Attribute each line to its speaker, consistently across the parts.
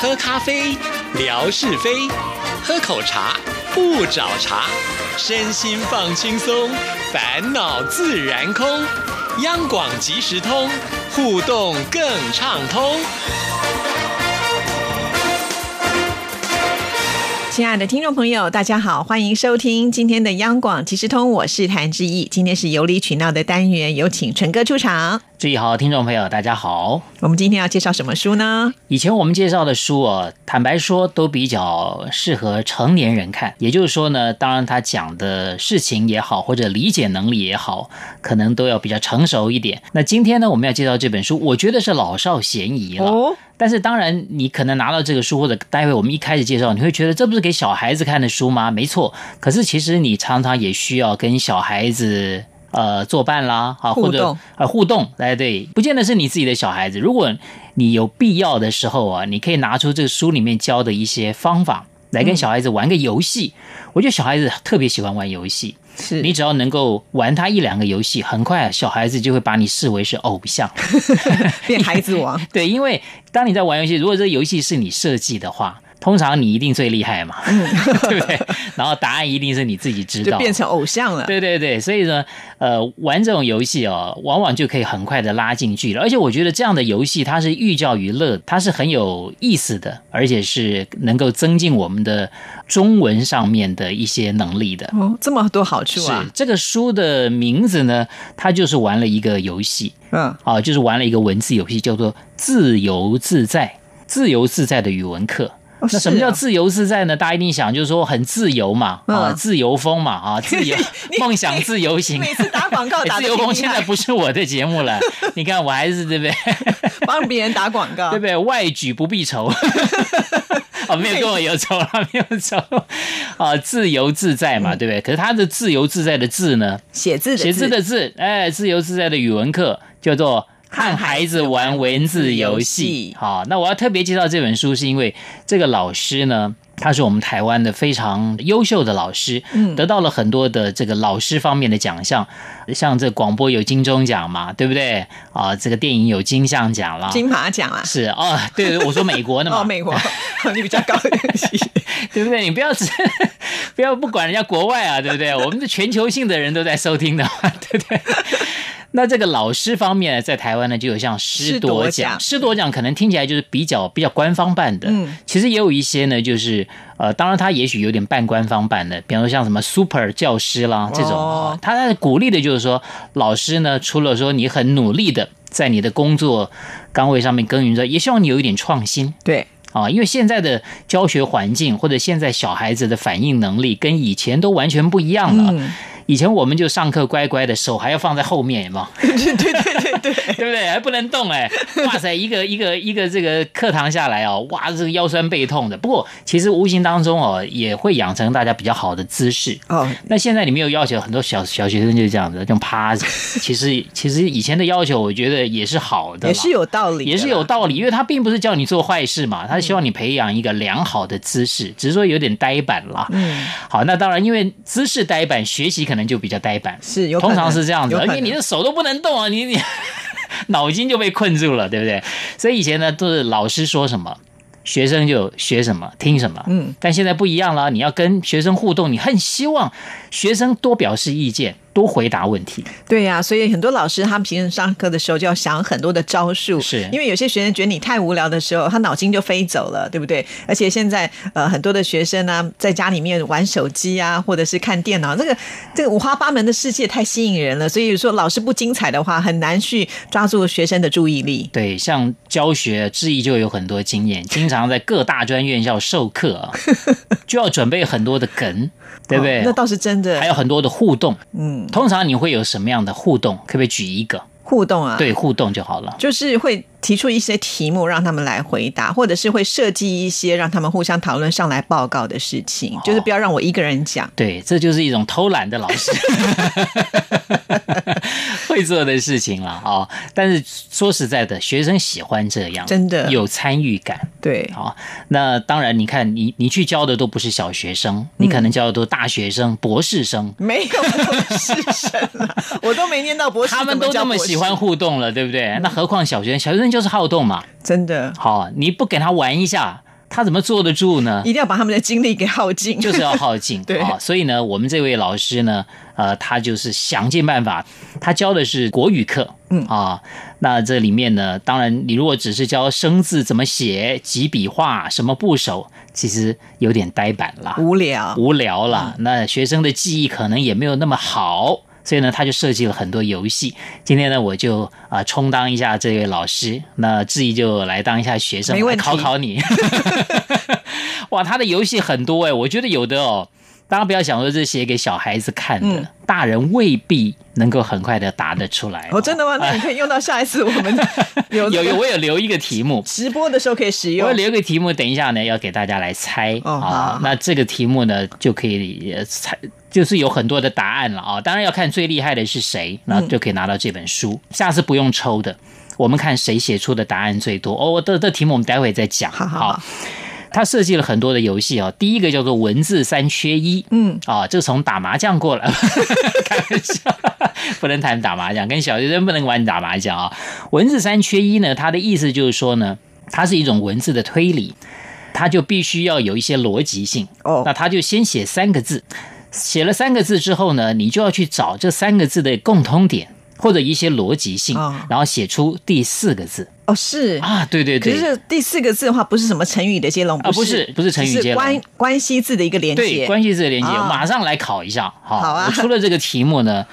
Speaker 1: 喝咖啡，聊是非；喝口茶，不找茬。身心放轻松，烦恼自然空。央广即时通，互动更畅通。
Speaker 2: 亲爱的听众朋友，大家好，欢迎收听今天的央广即时通，我是谭志毅。今天是有理取闹的单元，有请陈哥出场。
Speaker 3: 注意好，听众朋友，大家好。
Speaker 2: 我们今天要介绍什么书呢？
Speaker 3: 以前我们介绍的书哦，坦白说都比较适合成年人看，也就是说呢，当然他讲的事情也好，或者理解能力也好，可能都要比较成熟一点。那今天呢，我们要介绍这本书，我觉得是老少咸宜了。
Speaker 2: 哦，
Speaker 3: 但是当然，你可能拿到这个书，或者待会我们一开始介绍，你会觉得这不是给小孩子看的书吗？没错，可是其实你常常也需要跟小孩子。呃，作伴啦，啊，
Speaker 2: 互
Speaker 3: 或者
Speaker 2: 动
Speaker 3: 呃互动，哎，对，不见得是你自己的小孩子。如果你有必要的时候啊，你可以拿出这个书里面教的一些方法来
Speaker 2: 嗯
Speaker 3: 跟小孩子玩个游戏。我觉得小孩子特别喜欢玩游戏，
Speaker 2: 是
Speaker 3: 你只要能够玩他一两个游戏，很快小孩子就会把你视为是偶像。
Speaker 2: 变孩子王
Speaker 3: 对，因为当你在玩游戏，如果这个游戏是你设计的话，通常你一定最厉害嘛， 对不对？然后答案一定是你自己知
Speaker 2: 就
Speaker 3: 道。
Speaker 2: 变成偶像了。
Speaker 3: 对对对，所以呢，呃，玩这种游戏哦，往往就可以很快的拉近距离，而且我觉得这样的游戏它是寓教于乐，它是很有意思的，而且是能够增进我们的中文上面的一些能力的。
Speaker 2: 哦，这么多好处啊
Speaker 3: 是！这个书的名字呢，它就是玩了一个游戏，
Speaker 2: 嗯，
Speaker 3: 啊，就是玩了一个文字游戏，叫做“自由自在”，自由自在的语文课。
Speaker 2: 哦
Speaker 3: 那什么
Speaker 2: 是啊
Speaker 3: 叫自由自在呢？大家一定想就是说很自由嘛，啊，
Speaker 2: 嗯
Speaker 3: 自由风 嘛，啊，自由梦想自由行。
Speaker 2: 每次打广告打
Speaker 3: 哎
Speaker 2: 的
Speaker 3: 自由风现在
Speaker 2: 在
Speaker 3: 不是我的节目了， 你看我还是对不 对？
Speaker 2: 啊帮别人打广告
Speaker 3: 对，不对？外举不 避 仇。哦，没有跟我有仇了，没有仇啊，自由自在
Speaker 2: 嗯
Speaker 3: 嘛，对不对？可是他的自由自在的“自”呢，
Speaker 2: 写字的
Speaker 3: 写字的字，哎，自由自在的语文课叫做。和孩子玩文字游戏，好，那我要特别介绍这本书，是因为这个老师呢，他是我们台湾的非常优秀的老师，得到了很多的这个老师方面的奖项，像这广播有金钟奖嘛，对不对？啊，这个电影有金像奖啦，
Speaker 2: 金马奖啊，
Speaker 3: 是哦，对，我说美国的 嘛，
Speaker 2: 哦，美国 你比较高一点
Speaker 3: 对不对？你不要只不要不管人家国外啊，对不对？我们的全球性的人都在收听的嘛， 对不对？那这个老师方面呢，在台湾呢，就有像
Speaker 2: 师
Speaker 3: 师铎
Speaker 2: 铎奖
Speaker 3: 奖，师铎奖可能听起来就是比较比较官方办的，
Speaker 2: 嗯，
Speaker 3: 其实也有一些呢，就是呃，当然他也许有点半官方办的，比方说像什么 Super 教师啦这种，
Speaker 2: 哦
Speaker 3: 啊，他在鼓励的就是说，老师呢，除了说你很努力的在你的工作岗位上面耕耘之外，也希望你有一点创新，
Speaker 2: 对，
Speaker 3: 啊，因为现在的教学环境或者现在小孩子的反应能力跟以前都完全不一样了。
Speaker 2: 嗯，
Speaker 3: 以前我们就上课乖乖的，手还要放在后面，有没有
Speaker 2: 对对对对对，
Speaker 3: 对不对？还不能动哎、哇塞，一个一个一个这个课堂下来哦，哇，这个腰酸背痛的。不过其实无形当中哦，也会养成大家比较好的姿势。
Speaker 2: 哦，
Speaker 3: 那现在你没有要求，很多小小学生就是这样子，就 趴着。其实其实以前的要求，我觉得也是好的啦，
Speaker 2: 也是有道理的啦，
Speaker 3: 也是有
Speaker 2: 嗯
Speaker 3: 道理，因为他并不是叫你做坏事嘛，他是希望你培养一个良好的姿势，只是说有点呆板啦。
Speaker 2: 嗯，
Speaker 3: 好，那当然，因为姿势呆板，学习可能就比较呆板，
Speaker 2: 是有可
Speaker 3: 通
Speaker 2: 能，
Speaker 3: 常是这样子，
Speaker 2: 有可
Speaker 3: 而
Speaker 2: 能
Speaker 3: 且你的手都不能动啊，你 你脑筋就被困住了，对不对？所以以前呢，都是老师说什么。学生就学什么听什么，
Speaker 2: 嗯，
Speaker 3: 但现在不一样了。你要跟学生互动，你很希望学生多表示意见，多回答问题。
Speaker 2: 对呀、所以很多老师他们平时上课的时候就要想很多的招数，
Speaker 3: 是
Speaker 2: 因为有些学生觉得你太无聊的时候，他脑筋就飞走了，对不对？而且现在呃，很多的学生呢、在家里面玩手机啊，或者是看电脑，这个这个五花八门的世界太吸引人了，所以说老师不精彩的话，很难去抓住学生的注意力。
Speaker 3: 对，像教学志毅就有很多经验，经常在各大专院校授 课啊，就要准备很多的梗，对不对？
Speaker 2: 哦那倒是真
Speaker 3: 还
Speaker 2: 的，
Speaker 3: 有很多的互动。
Speaker 2: 嗯，
Speaker 3: 通常你会有什么样的互动？可不可以举一个？
Speaker 2: 互动啊，。
Speaker 3: 对，互动就好了。
Speaker 2: 就是会提出一些题目让他们来回答，或者是会设计一些让他们互相讨论上来报告的事情，
Speaker 3: 哦
Speaker 2: 就是不要让我一个人讲。
Speaker 3: 对，这就是一种偷懒的老 师 会做的事情了啊、哦！但是说实在的，学生喜欢这样，
Speaker 2: 真的
Speaker 3: 有参与感。
Speaker 2: 对，
Speaker 3: 好，那当然，你看你你去教的都不是小学生，你
Speaker 2: 嗯
Speaker 3: 可能教的都是大学生、博士生。
Speaker 2: 没有博士生了，我都没念到博士，
Speaker 3: 他们都
Speaker 2: 怎
Speaker 3: 这
Speaker 2: 么
Speaker 3: 么
Speaker 2: 叫博士嗯
Speaker 3: 喜欢，互动了，对不对？那何况小学生，小学生就是好动嘛。
Speaker 2: 真的
Speaker 3: 好，你不给他玩一下，他怎么坐得住 呢？
Speaker 2: 一定要把他们的精力给耗尽，
Speaker 3: 就是要耗尽
Speaker 2: 对
Speaker 3: 啊。所以呢，我们这位老师呢，呃，他就是想尽办法。他教的是国语课，
Speaker 2: 嗯
Speaker 3: 啊，那这里面呢，当然你如果只是教生字怎么写、几笔画、什么部首，其实有点呆板啦，
Speaker 2: 无聊。
Speaker 3: 无聊啦。
Speaker 2: 嗯
Speaker 3: 那学生的记忆可能也没有那么好。所以呢，他就设计了很多游戏。今天呢，我就啊、充当一下这位老师，那志毅就来当一下学生，
Speaker 2: 没问题
Speaker 3: 来考 考你。哇，他的游戏很多哎、我觉得有的哦，大家不要想说这是写给小孩子看的，
Speaker 2: 嗯
Speaker 3: 大人未必能够很快的答得出来、
Speaker 2: 哦，真的吗？那你可以用到下一次我们 有
Speaker 3: 哎有有，我有留一个题目。
Speaker 2: 直播的时候可以使
Speaker 3: 我
Speaker 2: 用
Speaker 3: 有。留一个题目，等一下呢要给大家来猜啊
Speaker 2: 哦好好
Speaker 3: 那这个题目呢就可以呃猜，就是有很多的答案了啊、当然要看最厉害的是谁，
Speaker 2: 嗯
Speaker 3: 那就可以拿到这本书。下次不用抽的，我们看谁写出的答案最多。哦，这这题目我们待会再讲。
Speaker 2: 好好好
Speaker 3: 他设计了很多的游戏哦，第一个叫做“文字三缺一”，
Speaker 2: 嗯，
Speaker 3: 啊、这个从打麻将过来， 开玩笑，不能谈打麻将，跟小学生不能玩打麻将啊、文字三缺一呢，它的意思就是说呢，它是一种文字的推理，它就必须要有一些逻辑性。
Speaker 2: 哦
Speaker 3: 那他就先写三个字，写了三个字之后呢，你就要去找这三个字的共通点或者一些逻辑性，
Speaker 2: 哦
Speaker 3: 然后写出第四个字
Speaker 2: 哦，是。
Speaker 3: 啊，对对
Speaker 2: 可
Speaker 3: 对，
Speaker 2: 是第四个字的话，不是什么成语的接龙，
Speaker 3: 啊不是不是成语
Speaker 2: 只
Speaker 3: 接龙
Speaker 2: 关关系字的一个连
Speaker 3: 对，
Speaker 2: 接。
Speaker 3: 关系字的连接，
Speaker 2: 啊
Speaker 3: 我马上来考一下。好，
Speaker 2: 好啊
Speaker 3: 我出了这个题目呢，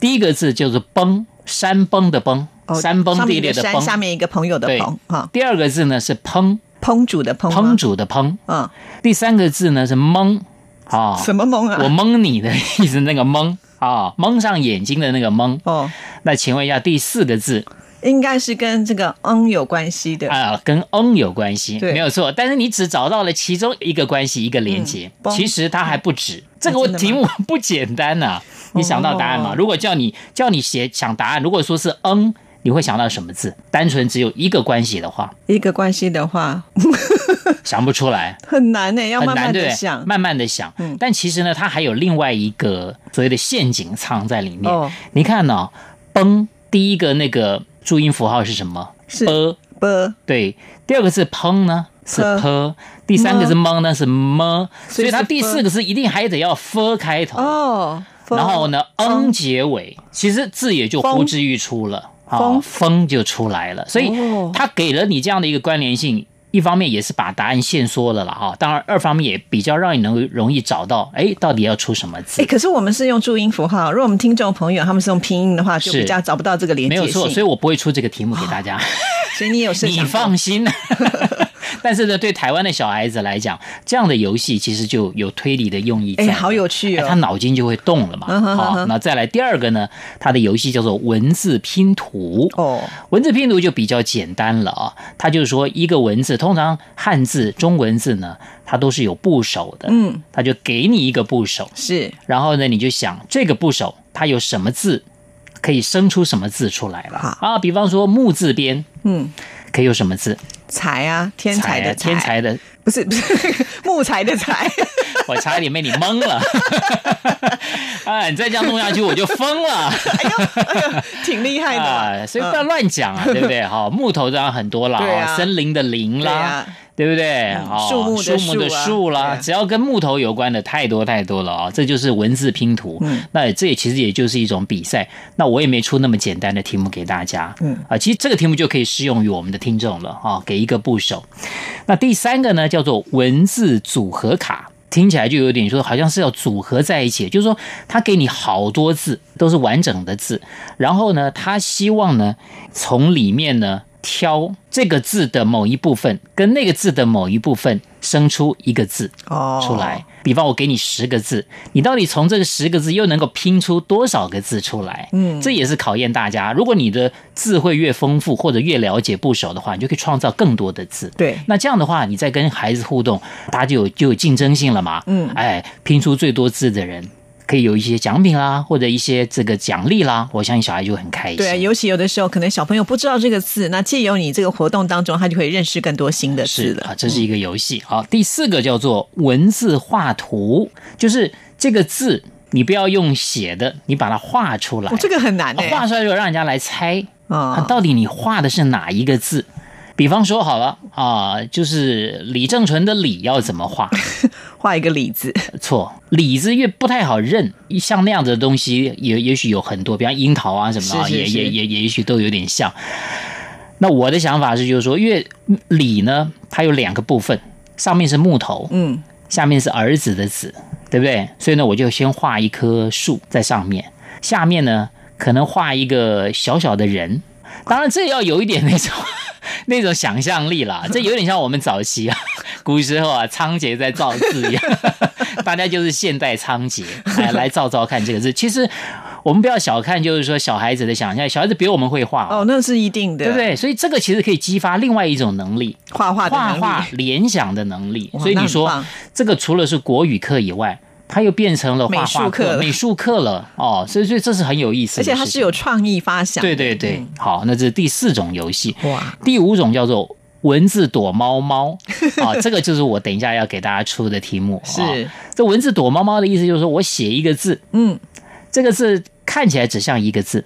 Speaker 3: 第一个字就是“崩”，山崩的崩，
Speaker 2: 哦
Speaker 3: 山崩
Speaker 2: 上面
Speaker 3: 地
Speaker 2: 一
Speaker 3: 裂
Speaker 2: 个
Speaker 3: 的
Speaker 2: 山，
Speaker 3: 崩。
Speaker 2: 下面一个朋友的
Speaker 3: 对
Speaker 2: 朋哈，
Speaker 3: 第二个字呢是“烹”，
Speaker 2: 烹煮的烹吗
Speaker 3: 烹，煮的烹。
Speaker 2: 嗯，
Speaker 3: 第三个字呢是“蒙”，啊，
Speaker 2: 什么蒙
Speaker 3: 我
Speaker 2: 啊？
Speaker 3: 蒙你的意思，那个蒙啊，蒙上眼睛的那个蒙。
Speaker 2: 哦，
Speaker 3: 那请问一下，第四个字
Speaker 2: 应该是跟这个嗯有关系的。
Speaker 3: 啊、跟嗯有关系，
Speaker 2: 对
Speaker 3: 没有错。但是你只找到了其中一个关系，一个连接
Speaker 2: 嗯，崩嗯哦
Speaker 3: 其实它还不止。这
Speaker 2: 真的
Speaker 3: 个
Speaker 2: 吗
Speaker 3: 题目 不简单呐、啊你想到答案吗？
Speaker 2: 哦
Speaker 3: 如果叫你叫你写想答案，如果说是嗯，你会想到什么字？单纯只有一个关系的话，
Speaker 2: 一个关系的话
Speaker 3: 想不出来，
Speaker 2: 很难呢，要
Speaker 3: 很
Speaker 2: 慢
Speaker 3: 难
Speaker 2: 慢
Speaker 3: 对
Speaker 2: 的
Speaker 3: 不对
Speaker 2: 想。
Speaker 3: 慢慢的想
Speaker 2: 嗯。
Speaker 3: 但其实呢，它还有另外一个所谓的陷阱藏在里面。
Speaker 2: 哦
Speaker 3: 你看呢、哦，崩第一个那个注音符号是什么？
Speaker 2: 是
Speaker 3: 呃
Speaker 2: 啵，
Speaker 3: 对，第二个是烹呢是
Speaker 2: 烹
Speaker 3: 烹，第三个是蒙呢是么，
Speaker 2: 所
Speaker 3: 所
Speaker 2: 以
Speaker 3: 以
Speaker 2: 是
Speaker 3: 它第
Speaker 2: 烹
Speaker 3: 四个是一定还得要 f 开头，
Speaker 2: 哦，
Speaker 3: 然后呢
Speaker 2: 烹
Speaker 3: 嗯结尾，其实字也就呼之欲出了，啊
Speaker 2: 烹，
Speaker 3: 风就出来了，所以
Speaker 2: 哦
Speaker 3: 它给了你这样的一个关联性。一方面也是把答案限缩了啦，哈，当然二方面也比较让你能够容易找到，哎，到底要出什么字
Speaker 2: 哎，？可是我们是用注音符号，如果我们听众朋友他们是用拼音的话，就是比较找不到这个连
Speaker 3: 没有
Speaker 2: 接
Speaker 3: 错，所以
Speaker 2: 性。
Speaker 3: 我不会出这个题目给大家。
Speaker 2: 所以你有设
Speaker 3: 你
Speaker 2: 想过
Speaker 3: 放心。 但是呢，对台湾的小孩子来讲，这样的游戏其实就有推理的用意在
Speaker 2: 哎，
Speaker 3: 了。
Speaker 2: 好有趣
Speaker 3: 哎他
Speaker 2: 哦！
Speaker 3: 脑筋就会动了嘛。
Speaker 2: 嗯哼嗯
Speaker 3: 好，
Speaker 2: 哼
Speaker 3: 那再来第二个呢，它的游戏叫做文字拼图。
Speaker 2: 哦，
Speaker 3: 文字拼读就比较简单了啊，它就是说一个文字，通常汉字、中文字呢，它都是有部首的，
Speaker 2: 嗯，
Speaker 3: 它就给你一个部首，
Speaker 2: 是
Speaker 3: 然后呢，你就想这个部首它有什么字，可以生出什么字出来了
Speaker 2: 好
Speaker 3: 啊？比方说木字边
Speaker 2: 嗯，
Speaker 3: 可以有什么字？
Speaker 2: 才啊，天才的
Speaker 3: 天才的，
Speaker 2: 不是不是 木材的材，
Speaker 3: 我差点被你蒙了。啊，你再这样弄下去我就疯 了
Speaker 2: 挺厉害的。
Speaker 3: 啊！所以不要乱讲啊，对 不对？好，木头当然很多啦，
Speaker 2: 嗯对啊
Speaker 3: 哦森林的林
Speaker 2: 对
Speaker 3: 啦，
Speaker 2: 啊，
Speaker 3: 对不对？哦，
Speaker 2: 树木的
Speaker 3: 树木的
Speaker 2: 树啊
Speaker 3: 树啦，
Speaker 2: 对啊
Speaker 3: 只要跟木头有关的太多太多了啊、这就是文字拼图。
Speaker 2: 嗯
Speaker 3: 那这也其实也就是一种比赛。那我也没出那么简单的题目给大家。
Speaker 2: 嗯
Speaker 3: 啊、其实这个题目就可以适用于我们的听众了啊、给一个部首。那第三个呢，叫做文字组合卡。听起来就有点说，好像是要组合在一起，就是说他给你好多字，都是完整的字，然后呢，他希望呢从里面呢挑这个字的某一部分，跟那个字的某一部分生出一个字
Speaker 2: 哦，
Speaker 3: 出来。比方我给你十个字，你到底从这个十个字又能够拼出多少个字出来？
Speaker 2: 嗯
Speaker 3: 这也是考验大家。如果你的字会越丰富，或者越了解部首的话，你就可以创造更多的字。
Speaker 2: 对
Speaker 3: 那这样的话，你在跟孩子互动，大家就有就有竞争性了嘛。
Speaker 2: 嗯
Speaker 3: 哎，拼出最多字的人。可以有一些奖品啦，或者一些这个奖励啦，我相信小孩就会很开心。
Speaker 2: 对啊，尤其有的时候可能小朋友不知道这个字，那借由你这个活动当中，他就会认识更多新的嗯字
Speaker 3: 是
Speaker 2: 了。
Speaker 3: 啊，这是一个游戏。好，第四个叫做文字画图，就是这个字你不要用写的，你把它画出来。
Speaker 2: 哦哦，这个很难
Speaker 3: 啊
Speaker 2: 诶、
Speaker 3: 画出来就让人家来猜，
Speaker 2: 啊
Speaker 3: 啊，到底你画的是哪一个字？比方说好了啊，就是李正淳的“李”要怎么画？
Speaker 2: 画一个李字，
Speaker 3: 错，李字越不太好认，像那样子的东西也也许有很多，比方樱桃啊什么的啊，
Speaker 2: 是是是
Speaker 3: 也也也也许都有点像。那我的想法是，就是说，因为李呢，它有两个部分，上面是木头，
Speaker 2: 嗯，
Speaker 3: 下面是儿子的子，对不对？所以呢，我就先画一棵树在上面，下面呢可能画一个小小的人。当然，这要有一点那种 那种想象力啦，这有点像我们早期啊，古时候啊，仓颉在造字一样， 大家就是现代仓颉，哎，来造造看这个字。其实我们不要小看，就是说小孩子的想象，小孩子比我们会画、
Speaker 2: 哦，那是一定的，
Speaker 3: 对不？对？所以这个其实可以激发另外一种能力，
Speaker 2: 画画的
Speaker 3: 画
Speaker 2: 能力
Speaker 3: 画联想的能力。
Speaker 2: 哇
Speaker 3: 所以你
Speaker 2: 那很
Speaker 3: 说
Speaker 2: 棒
Speaker 3: 这个除了是国语课以外，它又变成了画画
Speaker 2: 美术课
Speaker 3: 课、
Speaker 2: 了
Speaker 3: 美术课了哦。所以所以这是很有意
Speaker 2: 而
Speaker 3: 思的事情，
Speaker 2: 且它是有创意发想的，
Speaker 3: 对对对。好，那这是第四种游戏，
Speaker 2: 嗯，哇，
Speaker 3: 第五种叫做。蚊子躲猫猫 啊，这个就是我等一下要给大家出的题目。啊
Speaker 2: 是，
Speaker 3: 这蚊子躲猫猫的意思就是说我写一个字，
Speaker 2: 嗯，
Speaker 3: 这个字看起来只像一个字，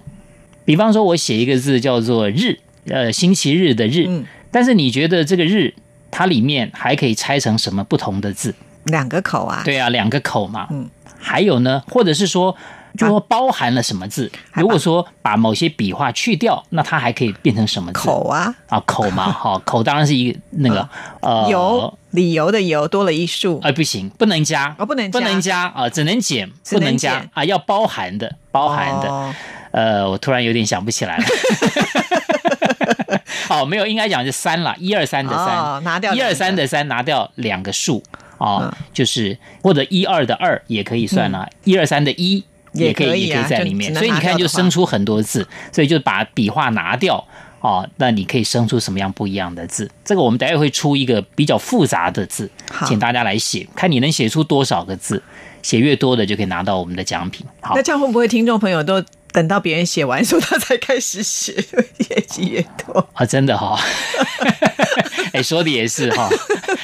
Speaker 3: 比方说我写一个字叫做日，呃，星期日的日，
Speaker 2: 嗯
Speaker 3: 但是你觉得这个日它里面还可以拆成什么不同的字？
Speaker 2: 两个口啊，
Speaker 3: 对啊，两个口嘛。
Speaker 2: 嗯。
Speaker 3: 还有呢，或者是说，就说包含了什么字？
Speaker 2: 还把
Speaker 3: 如果说把某些笔画去掉，那它还可以变成什么字？
Speaker 2: 口啊，
Speaker 3: 啊，口 嘛，好、口当然是一个那个
Speaker 2: 嗯
Speaker 3: 呃
Speaker 2: 由理由的由多了一竖，
Speaker 3: 哎，不行，不能加，
Speaker 2: 哦不能加
Speaker 3: 不能加啊、只能减，
Speaker 2: 只
Speaker 3: 不
Speaker 2: 能
Speaker 3: 能加
Speaker 2: 减
Speaker 3: 啊，要包含的，包含的。
Speaker 2: 哦
Speaker 3: 呃，我突然有点想不起来了。 哦，没有，应该讲是三啦，一二三的
Speaker 2: 哦
Speaker 3: 三，
Speaker 2: 拿掉
Speaker 3: 一
Speaker 2: 两
Speaker 3: 二
Speaker 2: 个嗯
Speaker 3: 三的三，拿掉两个数哦，就是或者一二的二也可以算啦，一二三的一。
Speaker 2: 也
Speaker 3: 可
Speaker 2: 可
Speaker 3: 以，
Speaker 2: 以
Speaker 3: 也可
Speaker 2: 啊
Speaker 3: 以在
Speaker 2: 就
Speaker 3: 里
Speaker 2: 只
Speaker 3: 面，
Speaker 2: 能
Speaker 3: 所以你
Speaker 2: 拿
Speaker 3: 看
Speaker 2: 掉
Speaker 3: 就
Speaker 2: 的话
Speaker 3: 生出很多字，所以就把笔画拿掉哦，那你可以生出什么样不一样的字？这个我们待会会出一个比较复杂的字
Speaker 2: 好，
Speaker 3: 请大家来写，看你能写出多少个字，写越多的就可以拿到我们的奖品。好
Speaker 2: 那，这样会不会听众朋友都等到别人写完说他才开始写， 就越积越多？
Speaker 3: 啊，真的哈、 哎、说的也是哈、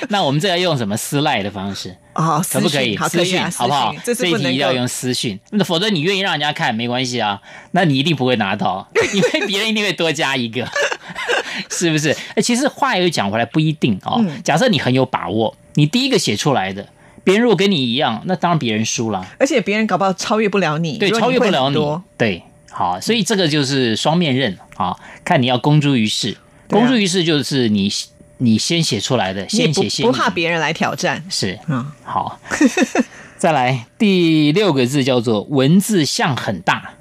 Speaker 3: 那我们这要用什么私赖的方式，
Speaker 2: 哦，私
Speaker 3: 可
Speaker 2: 讯
Speaker 3: 不可以？
Speaker 2: 好，可
Speaker 3: 私
Speaker 2: 以
Speaker 3: 讯
Speaker 2: 啊，
Speaker 3: 好不好
Speaker 2: 私讯？这
Speaker 3: 这
Speaker 2: 是
Speaker 3: 一
Speaker 2: 不
Speaker 3: 题
Speaker 2: 能
Speaker 3: 要
Speaker 2: 够
Speaker 3: 用私讯，那否则你愿意让人家看没关系啊，那你一定不会拿到，因为别人一定会多加一个， 是不是？哎、其实话又讲回来，不一定哦。
Speaker 2: 嗯
Speaker 3: 假设你很有把握，你第一个写出来的，别人如果跟你一样，那当然别人输了。
Speaker 2: 而且别人搞不好超越不了你，
Speaker 3: 对，
Speaker 2: 如果
Speaker 3: 超越不
Speaker 2: 会
Speaker 3: 了
Speaker 2: 很多
Speaker 3: 你。对，好，所以这个就是双面刃啊，看你要公诸于世。
Speaker 2: 对啊
Speaker 3: 公诸于世就是你你先写出来的，
Speaker 2: 你也
Speaker 3: 先
Speaker 2: 不
Speaker 3: 写先
Speaker 2: 不怕
Speaker 3: 赢
Speaker 2: 别人来挑战
Speaker 3: 是
Speaker 2: 啊、
Speaker 3: 好。再来第六个字叫做文字像很大，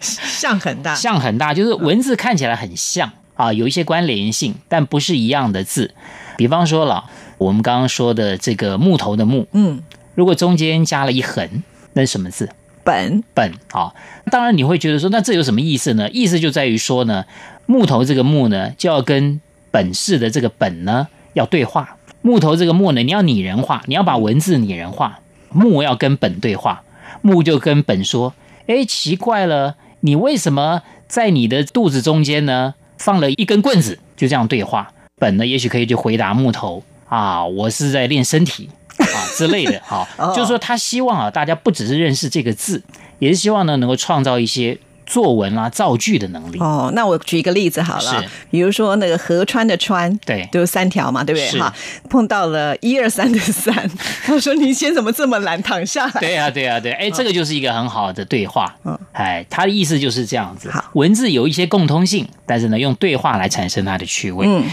Speaker 2: 像很大，
Speaker 3: 像很大就是文字看起来很像啊，有一些关联性，但不是一样的字。比方说了，我们刚刚说的这个木头的木，
Speaker 2: 嗯，
Speaker 3: 如果中间加了一横，那是什么字？
Speaker 2: 本
Speaker 3: 本啊、当然你会觉得说，那这有什么意思呢？意思就在于说呢，木头这个木呢，就要跟本市的这个本呢要对话。木头这个木呢，你要拟人化，你要把文字拟人化，木要跟本对话，木就跟本说：“哎，奇怪了，你为什么在你的肚子中间呢放了一根棍子？”就这样对话。本呢，也许可以就回答木头啊，我是在练身体啊之类的。 好、
Speaker 2: 哦
Speaker 3: 就是说他希望啊，大家不只是认识这个字，也是希望呢能够创造一些作文啦、造句的能力。
Speaker 2: 哦，那我举一个例子好了
Speaker 3: 是，
Speaker 2: 比如说那个河川的川，
Speaker 3: 对
Speaker 2: 就是三条嘛，对不对？
Speaker 3: 是
Speaker 2: 哈，碰到了一二三的三， 他说你先怎么这么懒，躺下来。
Speaker 3: 对呀、对呀、对、哎，这个就是一个很好的对话。
Speaker 2: 嗯
Speaker 3: 哎，它的意思就是这样子
Speaker 2: 好。
Speaker 3: 文字有一些共通性，但是呢，用对话来产生它的趣味。
Speaker 2: 嗯，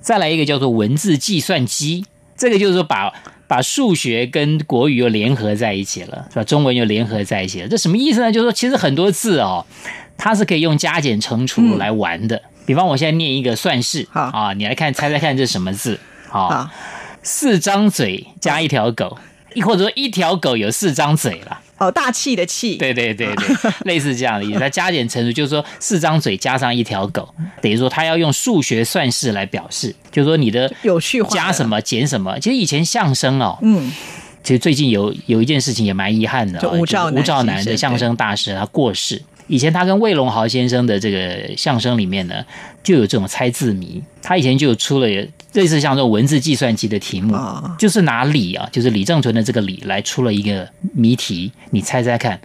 Speaker 3: 再来一个叫做文字计算机，这个就是说把把数学跟国语又联合在一起了，是吧？中文又联合在一起了，这什么意思呢？就是说其实很多字哦，它是可以用加减乘除来玩的。比方我现在念一个算式，
Speaker 2: 嗯好
Speaker 3: 啊，你来看猜猜看这是什么字？啊好，
Speaker 2: 好，
Speaker 3: 四张嘴加一条狗。或者说一条狗有四张嘴 了，
Speaker 2: 哦，大气的气，
Speaker 3: 对对对 对，类似这样的意思。它加减乘除就是说四张嘴加上一条狗，等于说它要用数学算式来表示，就是说你的
Speaker 2: 有趣化的
Speaker 3: 加什么减什么。其实以前相声哦，
Speaker 2: 嗯，
Speaker 3: 其实最近有有一件事情也蛮遗憾的、
Speaker 2: 就
Speaker 3: 哦，
Speaker 2: 吴兆
Speaker 3: 就是
Speaker 2: 南
Speaker 3: 吴兆南
Speaker 2: 先生
Speaker 3: 的相声大师他过世。以前他跟魏龙豪先生的这个相声里面呢，就有这种猜字谜。他以前就出了类似像这种文字计算机的题目，
Speaker 2: 哦
Speaker 3: 就是拿李啊，就是李正淳的这个李来出了一个谜题，你猜猜看，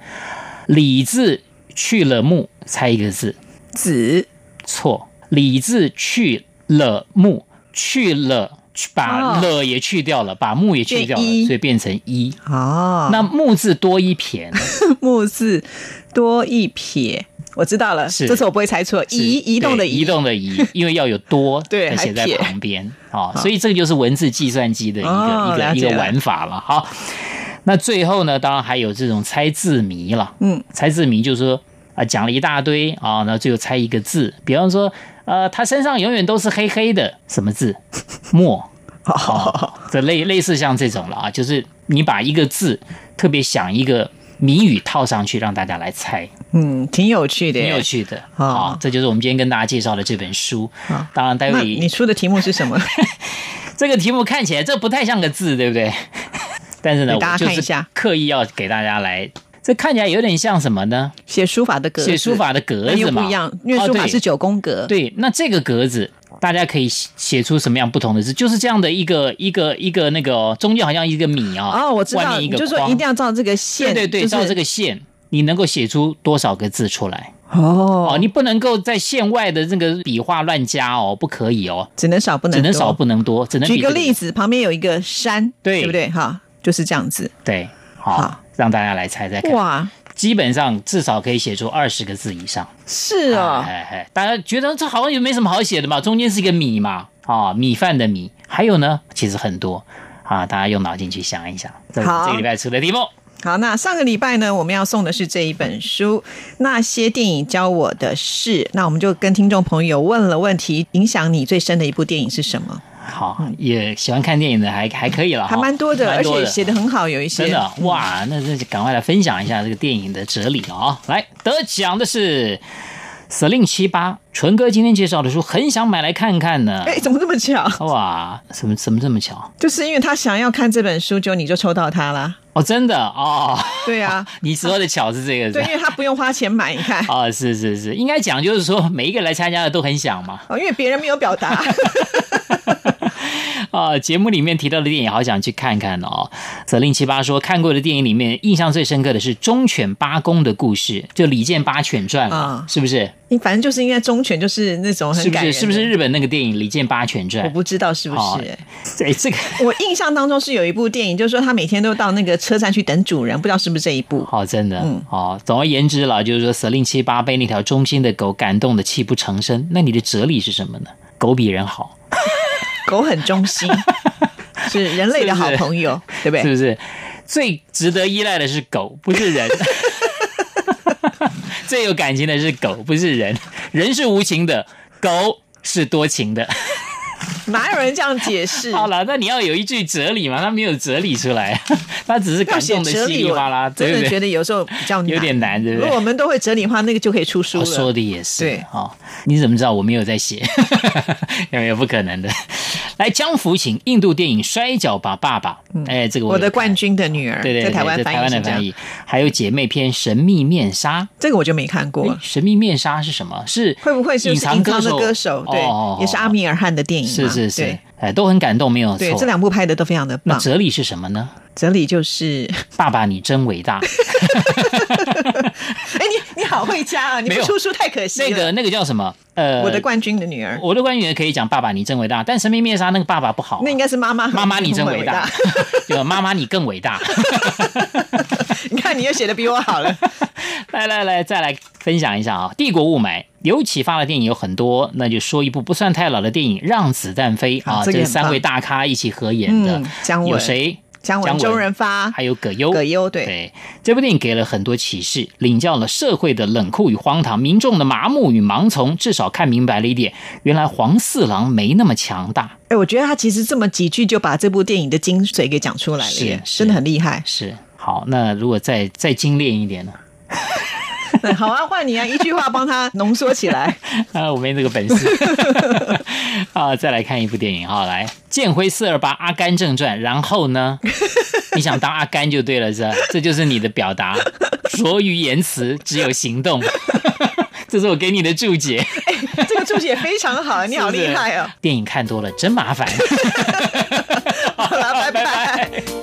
Speaker 3: 李字去了木，猜一个字，
Speaker 2: 子
Speaker 3: 错；李字去了木去了。去把
Speaker 2: 哦
Speaker 3: 了也去掉了，把木也去
Speaker 2: 变
Speaker 3: 掉了，
Speaker 2: 一
Speaker 3: 所以变成一。
Speaker 2: 哦，
Speaker 3: 那木字多一 撇呢？
Speaker 2: 木字多一撇，我知道了，
Speaker 3: 是
Speaker 2: 这次我不会猜错，
Speaker 3: 是
Speaker 2: 移移动的
Speaker 3: 对移
Speaker 2: 移，
Speaker 3: 动 的移，因为要有多
Speaker 2: 对
Speaker 3: 才写在
Speaker 2: 还撇
Speaker 3: 旁边啊，所以这个就是文字计算机的一个、
Speaker 2: 哦
Speaker 3: 一个
Speaker 2: 了
Speaker 3: 一
Speaker 2: 解
Speaker 3: 个
Speaker 2: 了
Speaker 3: 玩法了。好，那最后呢，当然还有这种猜字谜了。
Speaker 2: 嗯，
Speaker 3: 猜字谜就是说啊，讲了一大堆啊，那最后猜一个字，比方说呃，他身上永远都是黑黑的，什么字？墨。哦，这类类似像这种了啊，就是你把一个字特别想一个谜语套上去，让大家来猜。
Speaker 2: 嗯，挺有趣的耶，
Speaker 3: 挺有趣的。
Speaker 2: 哦
Speaker 3: 好，这就是我们今天跟大家介绍的这本书。当然，待
Speaker 2: 啊那
Speaker 3: 会
Speaker 2: 你出的题目是什 么？
Speaker 3: 这个题目看起来这不太像个字，对不对？ 但是呢，
Speaker 2: 给大家
Speaker 3: 我就
Speaker 2: 看一
Speaker 3: 是
Speaker 2: 下
Speaker 3: 刻意要给大家来，这看起来有点像什么呢？
Speaker 2: 写书法的格子，
Speaker 3: 写书法的格
Speaker 2: 那又
Speaker 3: 子
Speaker 2: 不
Speaker 3: 嘛，
Speaker 2: 一样，因为
Speaker 3: 哦
Speaker 2: 书法
Speaker 3: 对
Speaker 2: 是九宫格，
Speaker 3: 对，那这个格子大家可以写写出什么样不同的字？就是这样的一个一个一个那个、哦、中间好像一个米啊、
Speaker 2: 哦，我知
Speaker 3: 外
Speaker 2: 道，
Speaker 3: 面一
Speaker 2: 你
Speaker 3: 个
Speaker 2: 就
Speaker 3: 框，
Speaker 2: 说一定要照这个线，
Speaker 3: 对对对，
Speaker 2: 就是
Speaker 3: 照这个线，你能够写出多少个字出来？哦，
Speaker 2: 哦，
Speaker 3: 你不能够在线外的那个笔画乱加哦，不可以哦，
Speaker 2: 只能少不能
Speaker 3: 只能
Speaker 2: 多
Speaker 3: 少不能多，只能
Speaker 2: 举
Speaker 3: 比这
Speaker 2: 个例，子，旁边有一个山，
Speaker 3: 对
Speaker 2: 对不对？哈，就是这样子。
Speaker 3: 对，好
Speaker 2: 好，
Speaker 3: 让大家来猜猜看，
Speaker 2: 哇，
Speaker 3: 基本上至少可以写出二十个字以上。
Speaker 2: 是哦，
Speaker 3: 哎哎，哎大家觉得这好像也没什么好写的嘛，中间是一个米嘛，啊，米饭的米，还有呢，其实很多啊，大家用脑筋去想一想，这是我们
Speaker 2: 好
Speaker 3: 这个礼拜出的题目。
Speaker 2: 好，那上个礼拜呢，我们要送的是这一本书《那些电影教我的事》，那我们就跟听众朋友问了问题，影响你最深的一部电影是什么？
Speaker 3: 好，也喜欢看电影的还还可以了
Speaker 2: 嗯
Speaker 3: 哈，
Speaker 2: 还蛮多的，
Speaker 3: 蛮
Speaker 2: 而且写的很好，有一些
Speaker 3: 真的哇，那那就赶快来分享一下这个电影的哲理啊、来，得奖的是《死令七八》，纯哥今天介绍的书，很想买来看看呢。
Speaker 2: 哎，怎么这么巧？
Speaker 3: 哇，怎么怎么这么巧？
Speaker 2: 就是因为他想要看这本书，就你就抽到它啦。
Speaker 3: 哦，真的哦，
Speaker 2: 对啊，
Speaker 3: 你说的巧是这个
Speaker 2: 对，
Speaker 3: 是
Speaker 2: 因为
Speaker 3: 吧？
Speaker 2: 他不用花钱买，你看，
Speaker 3: 哦，是是是，应该讲就是说每一个来参加的都很想嘛。
Speaker 2: 哦，因为别人没有表达。
Speaker 3: 啊、节目里面提到的电影，好想去看看哦。责令七八说看过的电影里面，印象最深刻的是《忠犬八公》的故事，就《李健八犬传》了
Speaker 2: 啊，
Speaker 3: 是不是？
Speaker 2: 你反正就是应该忠犬，就是那种
Speaker 3: 是
Speaker 2: 很
Speaker 3: 不
Speaker 2: 感
Speaker 3: 是？
Speaker 2: 人，
Speaker 3: 是不是？日本那个电影《李健八犬传
Speaker 2: 我》？不知道是不是、
Speaker 3: 哦哎，这个
Speaker 2: 我印象当中是有一部电影，就是说他每天都到那个车站去等主人，不知道是不是这一部。
Speaker 3: 好、真的
Speaker 2: 嗯
Speaker 3: 哦。总而言之了，就是说死令七八被那条忠心的狗感动的泣不成声。那你的哲理是什么呢？狗比人好，
Speaker 2: 狗很忠 心，是人类的好朋友，对不
Speaker 3: 是
Speaker 2: 对？
Speaker 3: 不是？最值得依赖的是狗，不 是人。最有感情的是狗，不是人。人是无情的，狗是多情的。
Speaker 2: 哪有人这样解释？
Speaker 3: 好了，那你要有一句哲理嘛？他没有哲理出来， 他只是
Speaker 2: 要
Speaker 3: 感
Speaker 2: 写
Speaker 3: 动的
Speaker 2: 哲
Speaker 3: 稀
Speaker 2: 理，
Speaker 3: 里哗啦，
Speaker 2: 我真
Speaker 3: 对不
Speaker 2: 的
Speaker 3: 对？
Speaker 2: 觉得有时候比较难。
Speaker 3: 有点难，对不
Speaker 2: 如
Speaker 3: 对
Speaker 2: 果？我们都会整理的话，那个就可以出书
Speaker 3: 我
Speaker 2: 了。
Speaker 3: 哦说的也是，
Speaker 2: 对
Speaker 3: 哦，你怎么知道我没有在写？ 有没有不可能 的？来，江福请印度电影《摔跤吧，爸爸》，哎，这个
Speaker 2: 嗯
Speaker 3: 我
Speaker 2: 我的冠
Speaker 3: 军，
Speaker 2: 军的女儿，
Speaker 3: 对对对，
Speaker 2: 在台湾
Speaker 3: 这台
Speaker 2: 翻译
Speaker 3: 湾
Speaker 2: 是
Speaker 3: 的
Speaker 2: 这
Speaker 3: 翻
Speaker 2: 样，
Speaker 3: 译，还有姐妹篇《神秘面纱》。
Speaker 2: 这个我就没看过
Speaker 3: 哎，
Speaker 2: 了。
Speaker 3: 神秘面纱是什么？是
Speaker 2: 会不会是
Speaker 3: 隐
Speaker 2: 隐藏
Speaker 3: 歌
Speaker 2: 的歌手？对
Speaker 3: 哦，
Speaker 2: 也是阿，米尔汗的电影嘛。
Speaker 3: 是是是
Speaker 2: 对，
Speaker 3: 哎，都很感动，没有
Speaker 2: 对，这
Speaker 3: 错。
Speaker 2: 两部拍的都非常的
Speaker 3: 那
Speaker 2: 棒。
Speaker 3: 哲理是什么呢？
Speaker 2: 哲理 就是
Speaker 3: 爸爸，你真 伟大。
Speaker 2: 哎，你你好会加啊！你
Speaker 3: 没
Speaker 2: 不
Speaker 3: 有
Speaker 2: 出书太可惜了。
Speaker 3: 那个那个叫什么？呃，
Speaker 2: 我的冠军的女儿，
Speaker 3: 我的官员可以讲爸爸你真伟大，但神秘面纱那个爸爸不好啊、
Speaker 2: 那应该是妈妈。
Speaker 3: 妈妈你真伟大， 有妈妈你更伟大。
Speaker 2: 你看你又写的比我好 了。
Speaker 3: 来来来，再来分享一下啊，《帝国雾霾》有启发的电影有很多，那就说一部不算太老的电影《让子弹飞》啊，
Speaker 2: 啊这个
Speaker 3: 是
Speaker 2: 也很棒
Speaker 3: 三位大咖一起合演的
Speaker 2: 嗯，姜文
Speaker 3: 有谁？
Speaker 2: 姜文、周润发、
Speaker 3: 还有葛优，
Speaker 2: 葛优，对，
Speaker 3: 对，这部电影给了很多启示，领教了社会的冷酷与荒唐，民众的麻木与盲从，至少看明白了一点，原来黄四郎没那么强大。
Speaker 2: 哎，我觉得他其实这么几句就把这部电影的精髓给讲出来了
Speaker 3: 是
Speaker 2: 耶，
Speaker 3: 是。
Speaker 2: 真的很厉害
Speaker 3: 是，好，那如果再再精炼一点呢？
Speaker 2: 那好啊，换你啊，一句话帮他浓缩起来。
Speaker 3: 啊，我没这个本事。 啊，再来看一部电影哈，来《剑辉四二八阿甘正传》，然后呢， 你想当阿甘就对了，是吧？这就是你的表达，拙于言辞，只有行 动。这是我给你的注解。
Speaker 2: 这个注解非常好，你好厉害哦！
Speaker 3: 电影看多了真麻烦。
Speaker 2: 好了，拜拜。